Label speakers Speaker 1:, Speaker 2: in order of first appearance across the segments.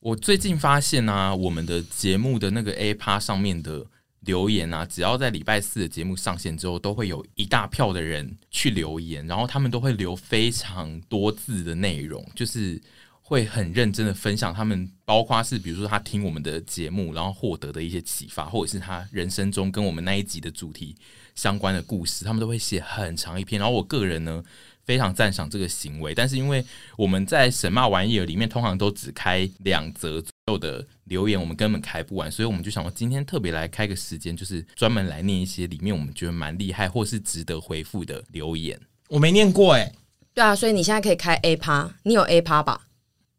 Speaker 1: 我最近发现啊，我们的节目的那个 A 趴上面的留言啊，只要在礼拜四的节目上线之后，都会有一大票的人去留言，然后他们都会留非常多字的内容，就是会很认真的分享他们，包括是比如说他听我们的节目，然后获得的一些启发，或者是他人生中跟我们那一集的主题相关的故事，他们都会写很长一篇。然后我个人呢，非常赞赏这个行为，但是因为我们在神骂玩意儿里面通常都只开两则左右的留言，我们根本开不完，所以我们就想说今天特别来开个时间，就是专门来念一些里面我们觉得蛮厉害或是值得回复的留言。
Speaker 2: 我没念过哎、
Speaker 3: 对啊，所以你现在可以开 A 趴，你有 A 趴吧？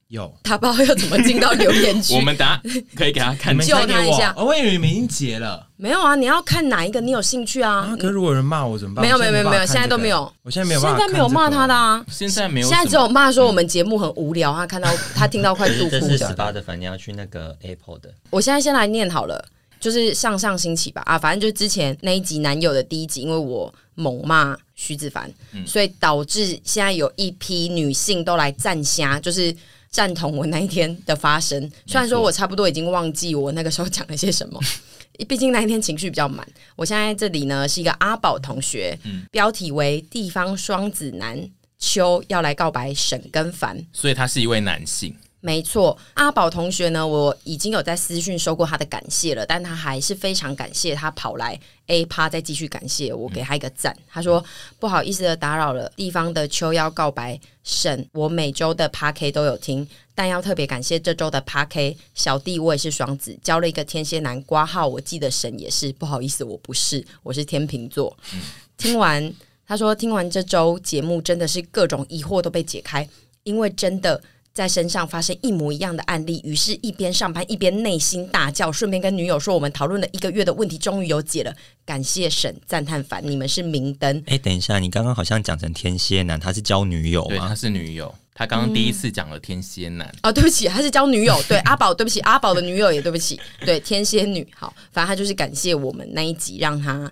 Speaker 2: 有。
Speaker 3: 他不知道要怎么进到留 言区。
Speaker 1: 我们等下可以给他
Speaker 2: 你
Speaker 1: 看
Speaker 2: 们
Speaker 3: 救
Speaker 2: 再给
Speaker 3: 他一
Speaker 2: 我
Speaker 3: 下
Speaker 2: 哦我以为你们已经结了
Speaker 3: 没有啊，你要看哪一个你有兴趣啊？嗯
Speaker 2: 啊！可是如果有人骂我怎么办？
Speaker 3: 没有
Speaker 2: 我
Speaker 3: 没有没有
Speaker 2: 办法看
Speaker 3: 现在
Speaker 2: 这
Speaker 3: 都
Speaker 2: 个
Speaker 3: 没有
Speaker 2: 我现在没有办
Speaker 3: 现
Speaker 2: 法。
Speaker 3: 在没有骂他的，啊，
Speaker 1: 现在没有
Speaker 3: 现
Speaker 1: 什么，
Speaker 3: 在只有骂说我们节目很无聊，他看到他听到快
Speaker 4: 可
Speaker 3: 吐
Speaker 4: 是这
Speaker 3: 哭
Speaker 4: 是
Speaker 3: 的
Speaker 4: 十。八的，反正要去那个 Apple 的。
Speaker 3: 我现在先来念好了，就是上上星期吧，啊，反正就是之前那一集男友的第一集，因为我猛骂徐子凡，所以导致现在有一批女性都来站虾，就是。赞同我那一天的发生，虽然说我差不多已经忘记我那个时候讲了些什么，毕竟那一天情绪比较满。我现在这里呢是一个阿宝同学，标题为“地方双子男秋要来告白沈跟凡”，
Speaker 1: 所以他是一位男性。
Speaker 3: 没错，阿宝同学呢，我已经有在私讯收过他的感谢了，但他还是非常感谢他跑来 A 趴再继续感谢我，给他一个赞。他说不好意思的打扰了地方的秋邀告白沈，我每周的 p a K 都有听，但要特别感谢这周的 p a K 小弟，我也是双子，交了一个天蝎男挂号，我记得沈也是，不好意思我不是，我是天秤座。听完他说听完这周节目真的是各种疑惑都被解开，因为真的。在身上发生一模一样的案例，于是，一边上班一边内心大叫，顺便跟女友说：“我们讨论了一个月的问题，终于有解了，感谢神，赞叹凡，你们是明灯。
Speaker 4: 哎、等一下，你刚刚好像讲成天蝎男，他是交女友
Speaker 1: 对，他
Speaker 4: 吗？
Speaker 1: 是女友。他刚刚第一次讲了天蝎男，”
Speaker 3: 哦，对不起，他是交女友，对阿宝，对不起，阿宝的女友也对不起，对天蝎女，好，反正他就是感谢我们那一集，让他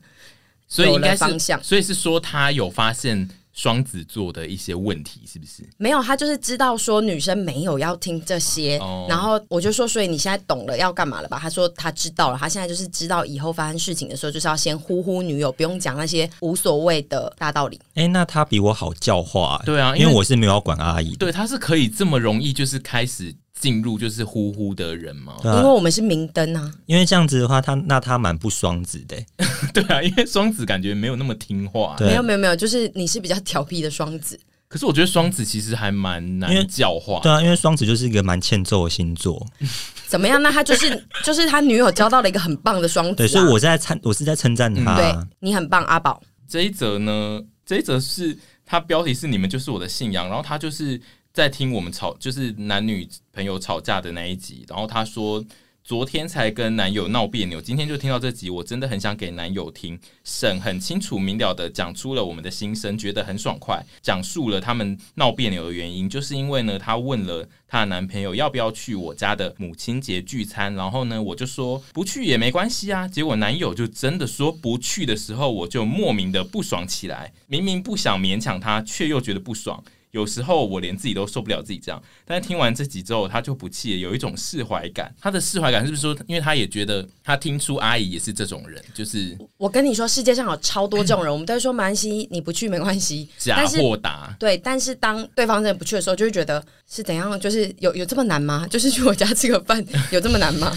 Speaker 1: 所以应该
Speaker 3: 有了方
Speaker 1: 是，
Speaker 3: 向
Speaker 1: 所以是说他有发现双子座的一些问题，是不是？
Speaker 3: 没有，他就是知道说女生没有要听这些，
Speaker 1: 哦
Speaker 3: 然后我就说，所以你现在懂了要干嘛了吧？他说他知道了，他现在就是知道以后发生事情的时候，就是要先呼呼女友，不用讲那些无所谓的大道理。
Speaker 4: 哎、那他比我好教化、哎
Speaker 1: 对啊因
Speaker 4: 因
Speaker 1: 为
Speaker 4: 为我是没有要管阿姨的。
Speaker 1: 对，他是可以这么容易就是开始进入就是呼呼的人吗？
Speaker 4: 对
Speaker 3: 因为
Speaker 4: 啊，
Speaker 3: 我们是明灯啊，
Speaker 4: 因为这样子的话，他那他蛮不双子的、哎
Speaker 1: 对啊，因为双子感觉没有那么听话。
Speaker 4: 对
Speaker 3: 没有没有没有，就是你是比较调皮的双子，
Speaker 1: 可是我觉得双子其实还蛮
Speaker 4: 因
Speaker 1: 难
Speaker 4: 为
Speaker 1: 教化。
Speaker 4: 对啊，因为双子就是一个蛮欠揍的星座，
Speaker 1: 啊
Speaker 3: 怎么样？那他就是 就是他女友交到了一个很棒的双子、啊，
Speaker 4: 对，所以我啊在称我是在称赞
Speaker 1: 嗯
Speaker 4: 他、
Speaker 3: 对你很棒，阿宝。
Speaker 1: 这一则呢，这一则是它标题是“你们就是我的信仰”，然后他就是在听我们吵，就是男女朋友吵架的那一集，然后他说。昨天才跟男友闹别扭，今天就听到这集，我真的很想给男友听。沈很清楚明了的讲出了我们的心声，觉得很爽快，讲述了他们闹别扭的原因，就是因为呢，她问了她的男朋友要不要去我家的母亲节聚餐，然后呢，我就说不去也没关系啊。结果男友就真的说不去的时候，啊我就莫名的不爽起来，明明不想勉强他，却又觉得不爽。有时候我连自己都受不了自己这样，但是听完这集之后，他就不气了，有一种释怀感。他的释怀感是不是说，因为他也觉得他听出阿姨也是这种人，就是
Speaker 3: 我跟你说，世界上有超多这种人，我们都会说没关系，你不去没关系，
Speaker 1: 假
Speaker 3: 但是。
Speaker 1: 豁达。
Speaker 3: 对，但是当对方真的不去的时候，就会觉得是怎样？就是有有这么难吗？ 就是去我家吃个饭有这么难 吗？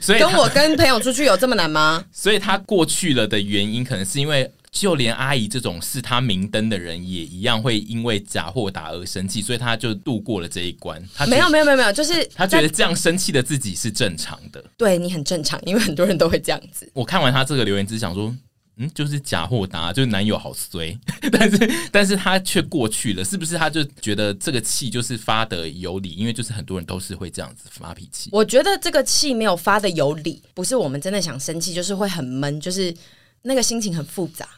Speaker 1: 所以
Speaker 3: 跟
Speaker 1: 他
Speaker 3: 我跟朋友出去有这么难吗？
Speaker 1: 所以他过去了的原因，可能是因为就连阿姨这种是他明灯的人，也一样会因为假货打而生气，所以他就度过了这一关。他觉
Speaker 3: 没
Speaker 1: 得
Speaker 3: 有，没有没有没有，就是
Speaker 1: 他觉得
Speaker 3: 在
Speaker 1: 这样生气的自己是正常的。
Speaker 3: 对你很正常，因为很多人都会这样子。
Speaker 1: 我看完他这个留言，只想说。嗯，就是假货达，就是男友好衰， 但是但是他却过去了，是不是？他就觉得这个气就是发的有理，因为就是很多人都是会这样子发脾气。
Speaker 3: 我觉得这个气没有发的有理，不是我们真的想生气，就是会很闷，就是那个心情很复杂。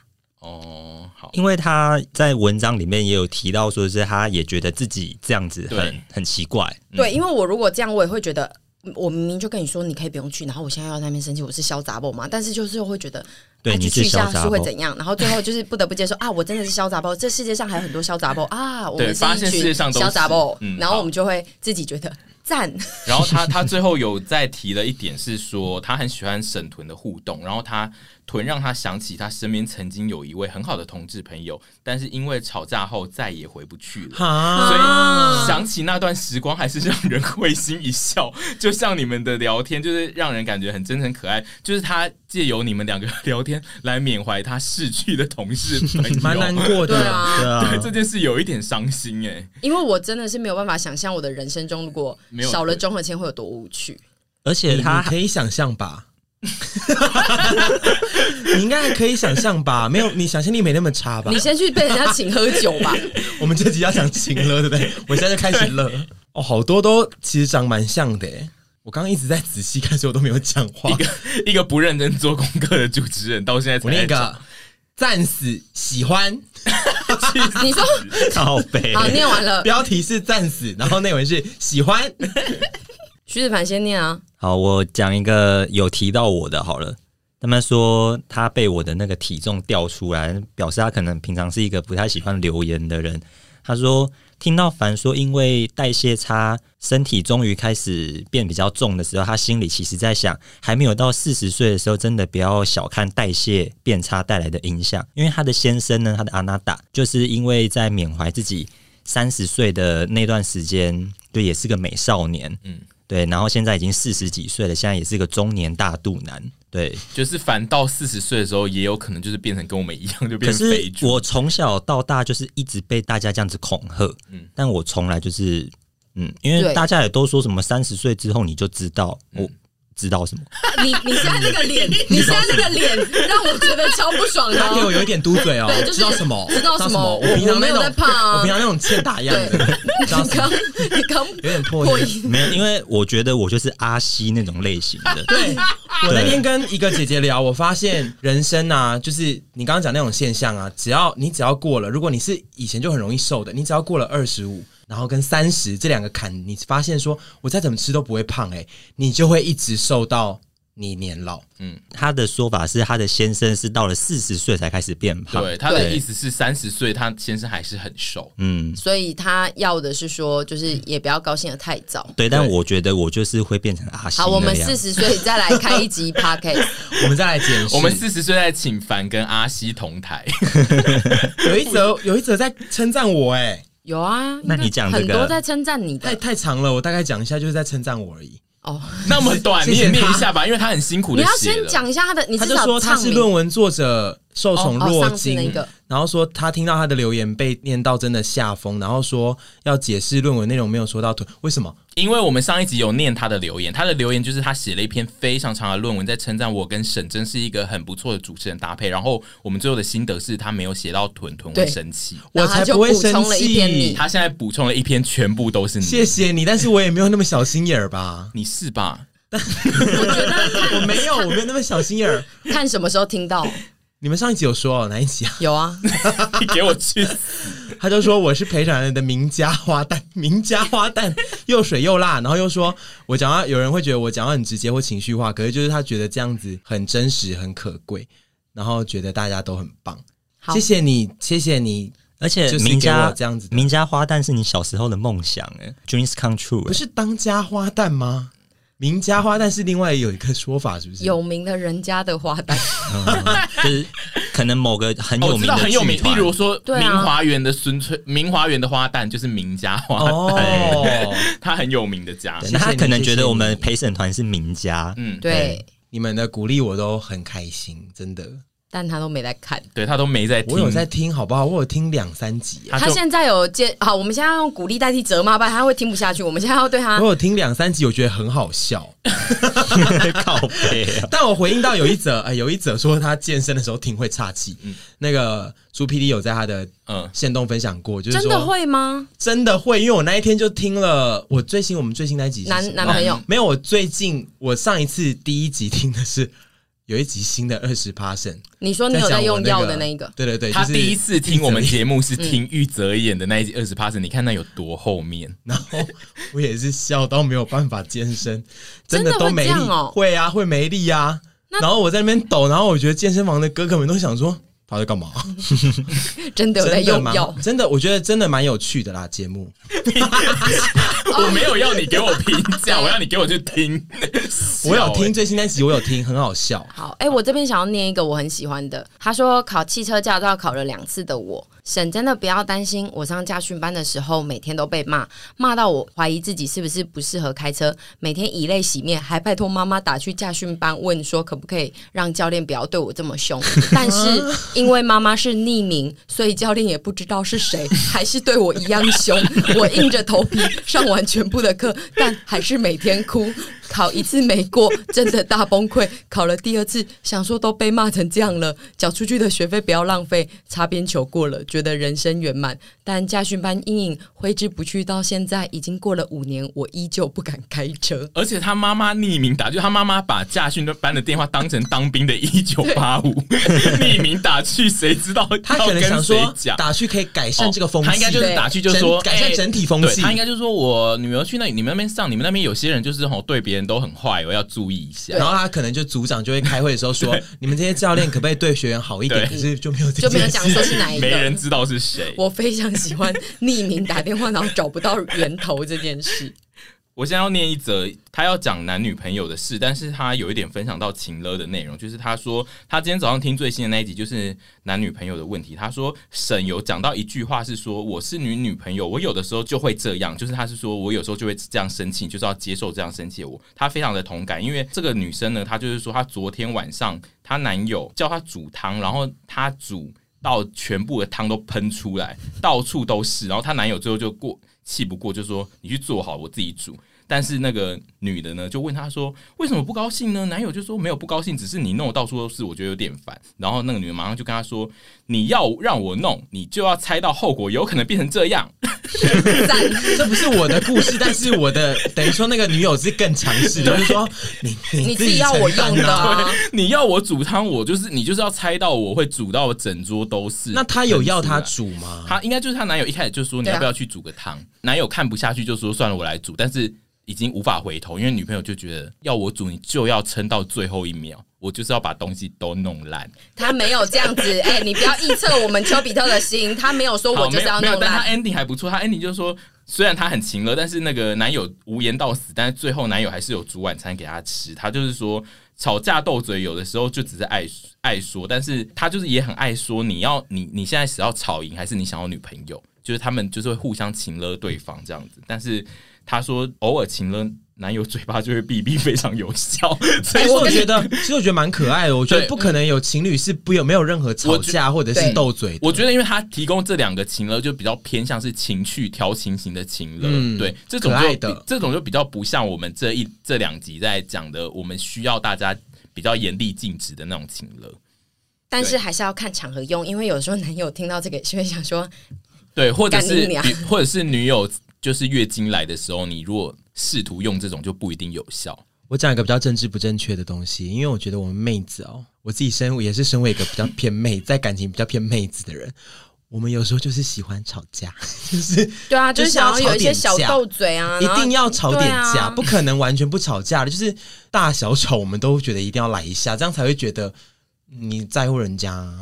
Speaker 1: 哦，好，
Speaker 4: 因为他在文章里面也有提到，说是他也觉得自己这样子很
Speaker 1: 对
Speaker 4: 很奇怪，
Speaker 1: 嗯
Speaker 3: 对，因为我如果这样，我也会觉得。嗯我明明就跟你说你可以不用去，然后我现在要在那边生气，我是小杂包嘛？但是就是又会觉得，
Speaker 4: 对
Speaker 3: 啊
Speaker 4: 你
Speaker 3: 就是去一下
Speaker 4: 小杂
Speaker 3: 是会
Speaker 4: 包
Speaker 3: 怎样？然后最后就是不得不接受啊，我真的是小杂包。这世界上还有很多小杂包啊，我
Speaker 1: 对
Speaker 3: 们是
Speaker 1: 发现
Speaker 3: 一
Speaker 1: 世界
Speaker 3: 群
Speaker 1: 上都是
Speaker 3: 小杂包
Speaker 1: 嗯，
Speaker 3: 然后
Speaker 1: 好
Speaker 3: 我们就会自己觉得赞，
Speaker 1: 然后他他最后有再提了一点是说，他很喜欢沈屯的互动，然后他屯让他想起他身边曾经有一位很好的同志朋友，但是因为吵架后再也回不去了。
Speaker 2: 哈，
Speaker 1: 所以
Speaker 3: 啊
Speaker 1: 想起那段时光，还是让人会心一笑。就像你们的聊天，就是让人感觉很真诚可爱。就是他借由你们两个聊天来缅怀他逝去的同事朋
Speaker 2: 蛮难
Speaker 1: 友。
Speaker 2: 过
Speaker 3: 对
Speaker 2: 的。
Speaker 3: 啊，
Speaker 4: 对啊
Speaker 1: 对，这件事有一点伤心哎、
Speaker 3: 因为我真的是没有办法想象我的人生中如果
Speaker 1: 没有
Speaker 3: 少了钟和谦会有多无 趣。
Speaker 4: 而
Speaker 2: 你
Speaker 4: 且
Speaker 2: 你
Speaker 3: 啊
Speaker 4: 他
Speaker 2: 可以想象吧？ 你应该可以想象吧？没有，你想象力没那么差吧
Speaker 3: 你？先去被人家请喝酒 吧，
Speaker 2: 我们这集要讲情了，对不 对？我现在就开始了。哦，好多都其实长蛮像的耶。我刚刚一直在仔细看，所以我都没有讲话
Speaker 1: 一。个一个不认真做功课的主持人，到现在才
Speaker 2: 我那
Speaker 1: 来讲
Speaker 2: 个啊暂时喜欢，
Speaker 3: 你说
Speaker 4: 靠背，
Speaker 3: 好念完 了，
Speaker 2: 标题是暂时，然后内文是喜 欢。
Speaker 3: 徐子凡先念啊，
Speaker 4: 好，我讲一个有提到我的好了。他们说他被我的那个体重调出来，表示他可能平常是一个不太喜欢留言的人。他说听到凡说因为代谢差，身体终于开始变比较重的时候，他心里其实在想，还没有到四十岁的时候，真的不要小看代谢变差带来的影响。因为他的先生呢，他的阿纳达，就是因为在缅怀自己三十岁的那段时间，就也是个美少年，对，然后现在已经四十几岁了，现在也是个中年大肚腩。对，
Speaker 1: 就是反到四十岁的时候，也有可能就是变成跟我们一样，就
Speaker 4: 可
Speaker 1: 变成肥
Speaker 4: 是
Speaker 1: 猪。
Speaker 4: 我从小到大就是一直被大家这样子恐吓，
Speaker 1: 嗯
Speaker 4: 但我从来就是，嗯，因为
Speaker 3: 对
Speaker 4: 大家也都说什么三十岁之后你就知道，
Speaker 2: 嗯
Speaker 4: 我知道什么，
Speaker 3: 你你现在那个 脸，你现在那个脸让我觉得超不爽的
Speaker 2: 他给我
Speaker 3: 哦。
Speaker 2: 有一点嘟嘴哦
Speaker 3: 对，就是
Speaker 2: 知道什么？
Speaker 3: 知道什么
Speaker 2: 我
Speaker 3: 我
Speaker 2: 平常
Speaker 3: 我
Speaker 2: 那
Speaker 3: 没有
Speaker 2: 种
Speaker 3: 在怕啊
Speaker 2: 我平常那种欠打样的，
Speaker 3: 你
Speaker 2: 知道什么？
Speaker 3: 刚你刚
Speaker 2: 有点破
Speaker 3: 破
Speaker 2: 音。，
Speaker 3: 音，
Speaker 4: 没有，因为我觉得我就是阿西那种类型的
Speaker 2: 对，我那天跟一个姐姐聊，我发现人生啊，就是你刚刚讲那种现象啊，只要你只要过了，如果你是以前就很容易瘦的，你只要过了二十五，然后跟三十这两个坎，你发现说我再怎么吃都不会胖、欸，你就会一直瘦到你年老。
Speaker 4: 他的说法是他的先生是到了四十岁才开始变胖，
Speaker 1: 对，他的
Speaker 4: 对
Speaker 1: 意思是三十岁，他先生还是很瘦。
Speaker 4: 嗯，
Speaker 3: 所以他要的是说，就是也不要高兴的太早。
Speaker 4: 对，但我觉得我就是会变成阿西
Speaker 3: 好，我
Speaker 4: 那
Speaker 3: 们
Speaker 4: 样
Speaker 3: 四。十岁再来开一集 p o c a s t
Speaker 2: 我们再来解释，
Speaker 1: 我们四十岁再请凡跟阿西同台，
Speaker 2: 有一则有一则在称赞我、欸，
Speaker 3: 有啊，
Speaker 4: 那你讲这个
Speaker 3: 很多在称赞你
Speaker 2: 太
Speaker 3: 的
Speaker 2: 太长了，我大概讲一下，就是在称赞我而已。
Speaker 3: 哦。
Speaker 1: 那么短，
Speaker 2: 谢
Speaker 1: 你
Speaker 2: 谢
Speaker 1: 也念
Speaker 2: 他
Speaker 1: 一下吧，因为他很辛苦
Speaker 3: 你
Speaker 1: 的
Speaker 3: 要
Speaker 1: 写
Speaker 3: 先
Speaker 1: 了。
Speaker 3: 讲一下他的，你
Speaker 2: 他
Speaker 3: 至
Speaker 2: 就
Speaker 3: 少
Speaker 2: 说他
Speaker 3: 唱
Speaker 2: 是
Speaker 3: 名
Speaker 2: 论文作者受宠
Speaker 3: 哦
Speaker 2: 若
Speaker 3: 上次
Speaker 2: 惊，
Speaker 3: 那个
Speaker 2: 然后说他听到他的留言被念到真的下风，然后说要解释论文内容没有说到臀，为什么？
Speaker 1: 因为我们上一集有念他的留言，他的留言就是他写了一篇非常长的论文，在称赞我跟沈真是一个很不错的主持人搭配。然后我们最后的心得是他没有写到臀臀会
Speaker 3: 对
Speaker 1: 生气，
Speaker 3: 然
Speaker 2: 我
Speaker 3: 后他
Speaker 2: 才
Speaker 3: 就
Speaker 2: 不会
Speaker 3: 补
Speaker 2: 生
Speaker 3: 充了一篇
Speaker 2: 气
Speaker 3: 你。
Speaker 1: 他现在补充了一篇，全部都是你，？
Speaker 2: 谢谢你，但是我也没有那么小心眼儿吧
Speaker 1: 你是吧？
Speaker 2: 我没有，我没有那么小心眼儿。
Speaker 3: 看什么时候听到？
Speaker 2: 你们上一集有说哦，哪一集啊？
Speaker 3: 有啊，
Speaker 1: 你给我去死！
Speaker 2: 他就说我是陪产人的名家花旦，名家花旦又水又辣，然后又说我讲话有人会觉得我讲话很直接或情绪化，可是就是他觉得这样子很真实、很可贵，然后觉得大家都很棒。
Speaker 3: 好
Speaker 2: 谢谢你，谢谢你，
Speaker 4: 而且
Speaker 2: 就是
Speaker 4: 名
Speaker 2: 给
Speaker 4: 家
Speaker 2: 我这样子的
Speaker 4: 名家花旦是你小时候的梦想哎，dreams come true
Speaker 2: 不
Speaker 4: 哎。
Speaker 2: 是当家花旦吗？名家花旦是另外有一个说法，是不是？
Speaker 3: 有名的人家的花旦，
Speaker 4: 就是可能某个很
Speaker 1: 哦
Speaker 4: 有
Speaker 1: 我知
Speaker 4: 名
Speaker 1: 道
Speaker 4: 的
Speaker 1: 很有名例
Speaker 4: 剧，团
Speaker 1: 如说
Speaker 3: 对啊
Speaker 1: 明华园的孙翠，明华园的花旦就是名家花旦，
Speaker 2: 哦，
Speaker 1: 他很有名的家
Speaker 4: 对。
Speaker 2: 谢谢
Speaker 4: 那他
Speaker 2: 你
Speaker 4: 可能觉
Speaker 2: 谢谢
Speaker 4: 得我们
Speaker 2: 你
Speaker 4: 陪审团是名家，
Speaker 1: 嗯，
Speaker 3: 对，
Speaker 2: 你们的鼓励我都很开心，真的。
Speaker 3: 但他都没在看。
Speaker 1: 对他都没在听，
Speaker 2: 我有在听，好不好？我有听两三集啊耶，
Speaker 1: 他
Speaker 3: 他
Speaker 1: 就
Speaker 3: 现在有接好，我们现在用鼓励代替责骂，不然他会听不下去。我们现在要对他
Speaker 2: 我有听两三集，我觉得很好笑。
Speaker 4: 靠背啊。
Speaker 2: 但我回应到有一则，哎，有一则说他健身的时候听会岔气。那个朱 PD 有在他的
Speaker 1: 嗯
Speaker 2: 线动分享过，就是
Speaker 3: 真
Speaker 2: 说
Speaker 3: 的会吗？
Speaker 2: 真的会，因为我那一天就听了我最新我们最新那一集是什么
Speaker 3: 男男朋友
Speaker 2: 没有，我最近我上一次第一集听的是有一集新的二十 p a s s
Speaker 3: 你哦说你有在用药的那一个，
Speaker 2: 对对对，
Speaker 1: 他
Speaker 2: 就是
Speaker 1: 第一次听我们
Speaker 2: 一则一，
Speaker 1: 节目是听玉泽演的那一集二十 pass，你看那有多后面？
Speaker 2: 然后我也是笑到没有办法健身，
Speaker 3: 真的
Speaker 2: 的都没
Speaker 3: 会这
Speaker 2: 力
Speaker 3: 样哦，
Speaker 2: 会啊，会没力啊。
Speaker 3: 那
Speaker 2: 然后我在那边抖，然后我觉得健身房的哥哥们都想说他在干嘛？
Speaker 3: 真的有在
Speaker 2: 真的
Speaker 3: 用
Speaker 2: 吗
Speaker 3: 药？
Speaker 2: 真的，我觉得真的蛮有趣的啦，节目。
Speaker 1: 我没有要你给我评 价，我要你给我去听。啊欸
Speaker 2: 我有听最新那集，我有听，很 好笑。
Speaker 3: 好，哎、我这边想要念一个我很喜欢的。他说，考汽车驾照考了两次的我，沈真的不要担心。我上驾训班的时候，每天都被骂，骂到我怀疑自己是不是不适合开车，每天以泪洗面，还拜托妈妈打去驾训班问说可不可以让教练不要对我这么凶。但是因为妈妈是匿名，所以教练也不知道是谁，还是对我一样凶。我硬着头皮上完全部的课，但还是每天哭。考一次没过，真的大崩溃。考了第二次，想说都被骂成这样了，缴出去的学费不要浪费。擦边球过了，觉得人生圆满。但驾训班阴影挥之不去，到现在已经过了五年，我依旧不敢开车。
Speaker 1: 而且他妈妈匿名打，就他妈妈把驾训班的电话当成当兵的一九八五， 匿名打去，谁知道
Speaker 2: 他
Speaker 1: 要
Speaker 2: 可能
Speaker 1: 跟
Speaker 2: 想
Speaker 1: 谁
Speaker 2: 说
Speaker 1: 讲？哦
Speaker 2: 打去可以改善这个风气，
Speaker 1: 他应该就是打去就说
Speaker 2: 整改善
Speaker 1: 哎
Speaker 2: 整体风
Speaker 1: 对
Speaker 2: 气。
Speaker 1: 他应该就是说我女儿去那你们那边上，你们那边有些人就是吼对别人都很坏，我要注意一下。
Speaker 2: 然后他可能就组长就会开会的时候说：“你们这些教练可不可以对学员好一点？”可
Speaker 1: 对
Speaker 2: 是就没有这
Speaker 3: 就没有
Speaker 2: 件
Speaker 3: 讲
Speaker 2: 事
Speaker 3: 说是哪一
Speaker 1: 没人
Speaker 3: 个。
Speaker 1: 知道是谁。
Speaker 3: 我非常喜欢匿名打电话，然后找不到源头这件事。
Speaker 1: 我现在要念一则，他要讲男女朋友的事，但是他有一点分享到情勒的内容，就是他说他今天早上听最新的那一集，就是男女朋友的问题。他说沈有讲到一句话是说，我是女女朋友，我有的时候就会这样，就是他是说我有时候就会这样生气，就是要接受这样生气的我。他非常的同感，因为这个女生呢，她就是说她昨天晚上她男友叫她煮汤，然后她煮到全部的汤都喷出来，到处都是，然后她男友最后就过。气不过就说你去做好，我自己煮。但是那个女的呢，就问他说：“为什么不高兴呢？”男友就说：“没有不高兴，只是你弄得到处都是，我觉得有点烦。”然后那个女的马上就跟他说：“你要让我弄，你就要猜到后果，有可能变成这样。
Speaker 2: 这不是我的故事，但是我的等于说那个女友是更强 势的，就是说你
Speaker 3: 你
Speaker 2: 自
Speaker 3: 自己
Speaker 2: 己
Speaker 3: 要我用
Speaker 2: 承
Speaker 3: 的、
Speaker 2: 担啊。
Speaker 3: 啊，
Speaker 1: 你要我煮汤，我就是你就是要猜到我会煮到我整桌都是。”
Speaker 2: 那她有要他煮吗？
Speaker 1: 她应该就是她男友一开始就说你
Speaker 3: 对啊
Speaker 1: 要不要去煮个汤，男友看不下去就说算了我来煮，但是已经无法回头，因为女朋友就觉得要我煮你就要撑到最后一秒，我就是要把东西都弄烂。
Speaker 3: 他没有这样子。哎、你不要臆测我们丘比特的心，他没有说我
Speaker 1: 好，
Speaker 3: 就
Speaker 1: 没
Speaker 3: 是
Speaker 1: 有
Speaker 3: 要
Speaker 1: 没有，
Speaker 3: 弄
Speaker 1: 但他
Speaker 3: 烂。
Speaker 1: ending 还不错，他 ending 就是说，虽然他很情了，但是那个男友无言到死，但是最后男友还是有煮晚餐给他吃。他就是说，吵架斗嘴有的时候就只是爱爱说，但是他就是也很爱说，你要你你现在是要吵赢，还是你想要女朋友？就是他们就是会互相情了对方这样子，但是他说偶尔情了。男友嘴巴就会 哔哔，非常有效，所以
Speaker 2: 其实哎我
Speaker 1: 觉得。
Speaker 2: 觉得，其实我觉得蛮可爱的。我觉得
Speaker 1: 对
Speaker 2: 不可能有情侣是不有没有任何吵
Speaker 1: 我觉
Speaker 2: 架或者
Speaker 3: 对
Speaker 2: 是斗嘴的。
Speaker 1: 我觉得，因为他提供这两个情乐，就比较偏向是情趣调情型的情乐，
Speaker 2: 嗯
Speaker 1: 对这种
Speaker 2: 可
Speaker 1: 就
Speaker 2: 爱
Speaker 1: 比
Speaker 2: 的
Speaker 1: 这种就比较不像我们这一这两集在讲的，我们需要大家比较严厉禁止的那种情乐，
Speaker 3: 但是还是要看场合用，因为有时候男友听到这个，就会想说，
Speaker 1: 对，或者
Speaker 3: 干你
Speaker 1: 是
Speaker 3: 娘
Speaker 1: 比或者是女友就是月经来的时候，你如果试图用这种就不一定有效。
Speaker 2: 我讲一个比较政治不正确的东西，因为我觉得我们妹子哦，我自己身为也是身为一个比较偏妹，在感情比较偏妹子的人，我们有时候就是喜欢吵架，就是
Speaker 3: 对啊，就是是想要有一些小
Speaker 2: 吵
Speaker 3: 斗嘴啊，
Speaker 2: 一
Speaker 3: 然后
Speaker 2: 定要吵点
Speaker 3: 对
Speaker 2: 架，
Speaker 3: 啊
Speaker 2: 不可能完全不吵架的。就是大小吵，我们都觉得一定要来一下，这样才会觉得你在乎人家啊。